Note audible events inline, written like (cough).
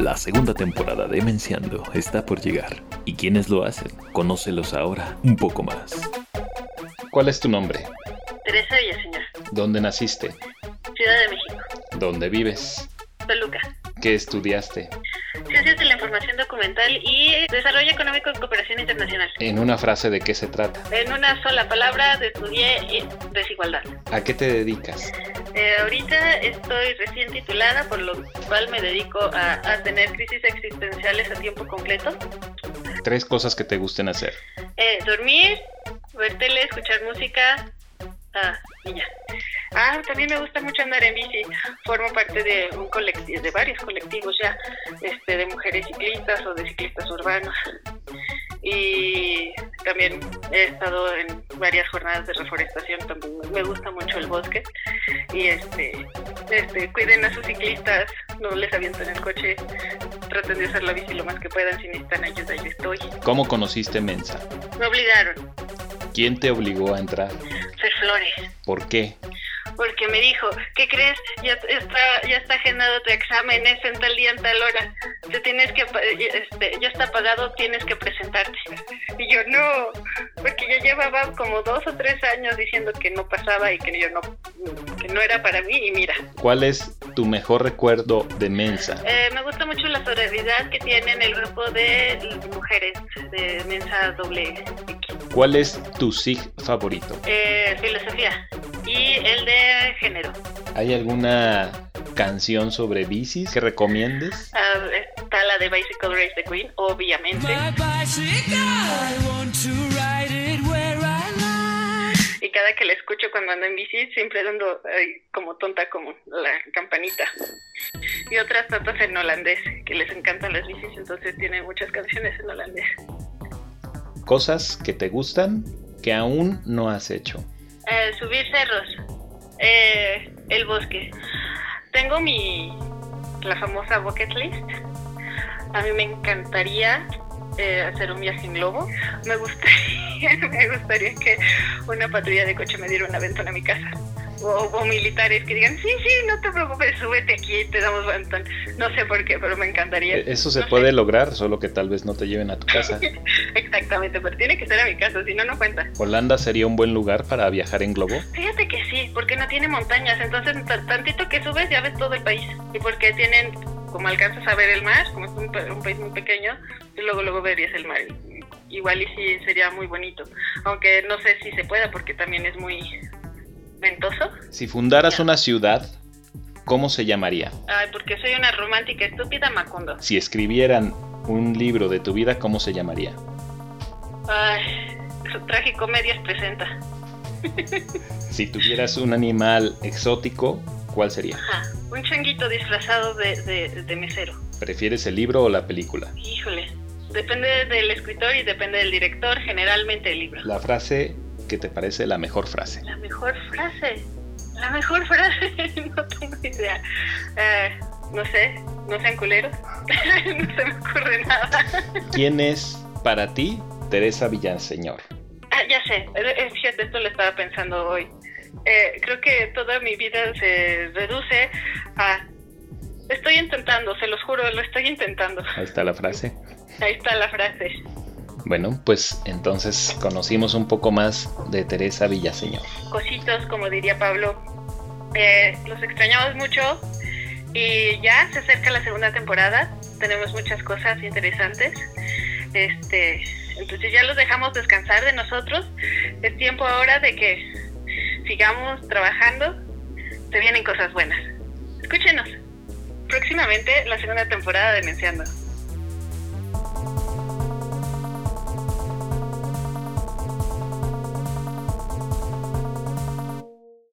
La segunda temporada de Menciando está por llegar. ¿Y quienes lo hacen? Conócelos ahora un poco más. ¿Cuál es tu nombre? Teresa Villaseñor, ¿Dónde naciste? Ciudad de México, ¿Dónde vives? Toluca. ¿Qué estudiaste? Ciencias de la Información Documental y Desarrollo Económico en Cooperación Internacional. En una frase de qué se trata. En una sola palabra, estudié eh, desigualdad. ¿A qué te dedicas? Eh, ahorita estoy recién titulada, por lo cual me dedico a, a tener crisis existenciales a tiempo completo. Tres cosas que te gusten hacer. Eh, dormir, ver tele, escuchar música. Ah, y ya. Ah, también me gusta mucho andar en bici. Formo parte de un colectivo, de varios colectivos ya, este, de mujeres ciclistas o de ciclistas urbanos. Y también he estado en varias jornadas de reforestación. También me gusta mucho el bosque. Y este, este, cuiden a sus ciclistas, no les avienten el coche. Traten de usar la bici lo más que puedan. Si necesitan ayuda, yo estoy. ¿Cómo conociste Mensa? Me obligaron. ¿Quién te obligó a entrar? Fer Flores. ¿Por qué? porque me dijo, ¿qué crees? Ya t- está, ya está agendado tu examen, es en tal día, en tal hora. Te tienes que, pa- este, ya está pagado, tienes que presentarte. Y yo no, porque yo llevaba como dos o tres años diciendo que no pasaba y que yo no, que no era para mí. Y mira, ¿Cuál es tu mejor recuerdo de Mensa? eh, me gusta mucho la solidaridad que tienen el grupo de mujeres de Mensa Doble X. ¿Cuál es tu SIG favorito? Eh, filosofía y el de género. ¿Hay alguna canción sobre bicis que recomiendes? Ah, está la de Bicycle Race de Queen, obviamente. My bicycle, I want to ride it where I like. Y cada que la escucho cuando ando en bici, siempre ando ay, como tonta, como la campanita. Y otras tantas en holandés, que les encantan las bicis, entonces tiene muchas canciones en holandés. Cosas que te gustan que aún no has hecho. Eh, subir cerros, eh, el bosque. Tengo mi, la famosa bucket list. A mí me encantaría eh, hacer un viaje en globo. Me gustaría, (laughs) me gustaría que una patrulla de coche me diera una ventana a mi casa. O, o militares que digan, sí, sí, no te preocupes, súbete aquí, te damos ventana. No sé por qué, pero me encantaría. E- Eso se No sé. puede lograr, solo que tal vez no te lleven a tu casa. Exactamente, pero tiene que ser a mi casa, si no, no cuenta. ¿Holanda sería un buen lugar para viajar en globo? Fíjate que sí, porque no tiene montañas, entonces t- tantito que subes ya ves todo el país. Y porque tienen, como alcanzas a ver el mar, como es un, pa- un país muy pequeño, y luego luego verías el mar. Y- Igual y sí sería muy bonito, aunque no sé si se pueda porque también es muy ventoso. Si fundaras una ciudad, ¿cómo se llamaría? Ay, porque soy una romántica estúpida, Macundo. Si escribieran un libro de tu vida, ¿cómo se llamaría? Ay, su tragicomedias presenta. Si tuvieras un animal exótico, ¿cuál sería? Ajá, un changuito disfrazado de, de- de mesero. ¿Prefieres el libro o la película? Híjole, depende del escritor y depende del director, generalmente el libro. La frase que te parece la mejor frase. La mejor frase. La mejor frase. (laughs) no tengo idea. Eh, no sé. No sean culeros. (laughs) no se me ocurre nada. ¿Quién es para ti Teresa Villaseñor? Ah, ya sé. Eh, eh, Fíjate, esto lo estaba pensando hoy. Eh, creo que toda mi vida se reduce a... Estoy intentando, se los juro, lo estoy intentando. Ahí está la frase. Ahí está la frase. Bueno, pues entonces conocimos un poco más de Teresa Villaseñor. Cositos, como diría Pablo. Eh, los extrañamos mucho. Y ya se acerca la segunda temporada. Tenemos muchas cosas interesantes. Este, entonces ya los dejamos descansar de nosotros. Es tiempo ahora de que sigamos trabajando. Se vienen cosas buenas. Escúchenos. Próximamente la segunda temporada de Menciando.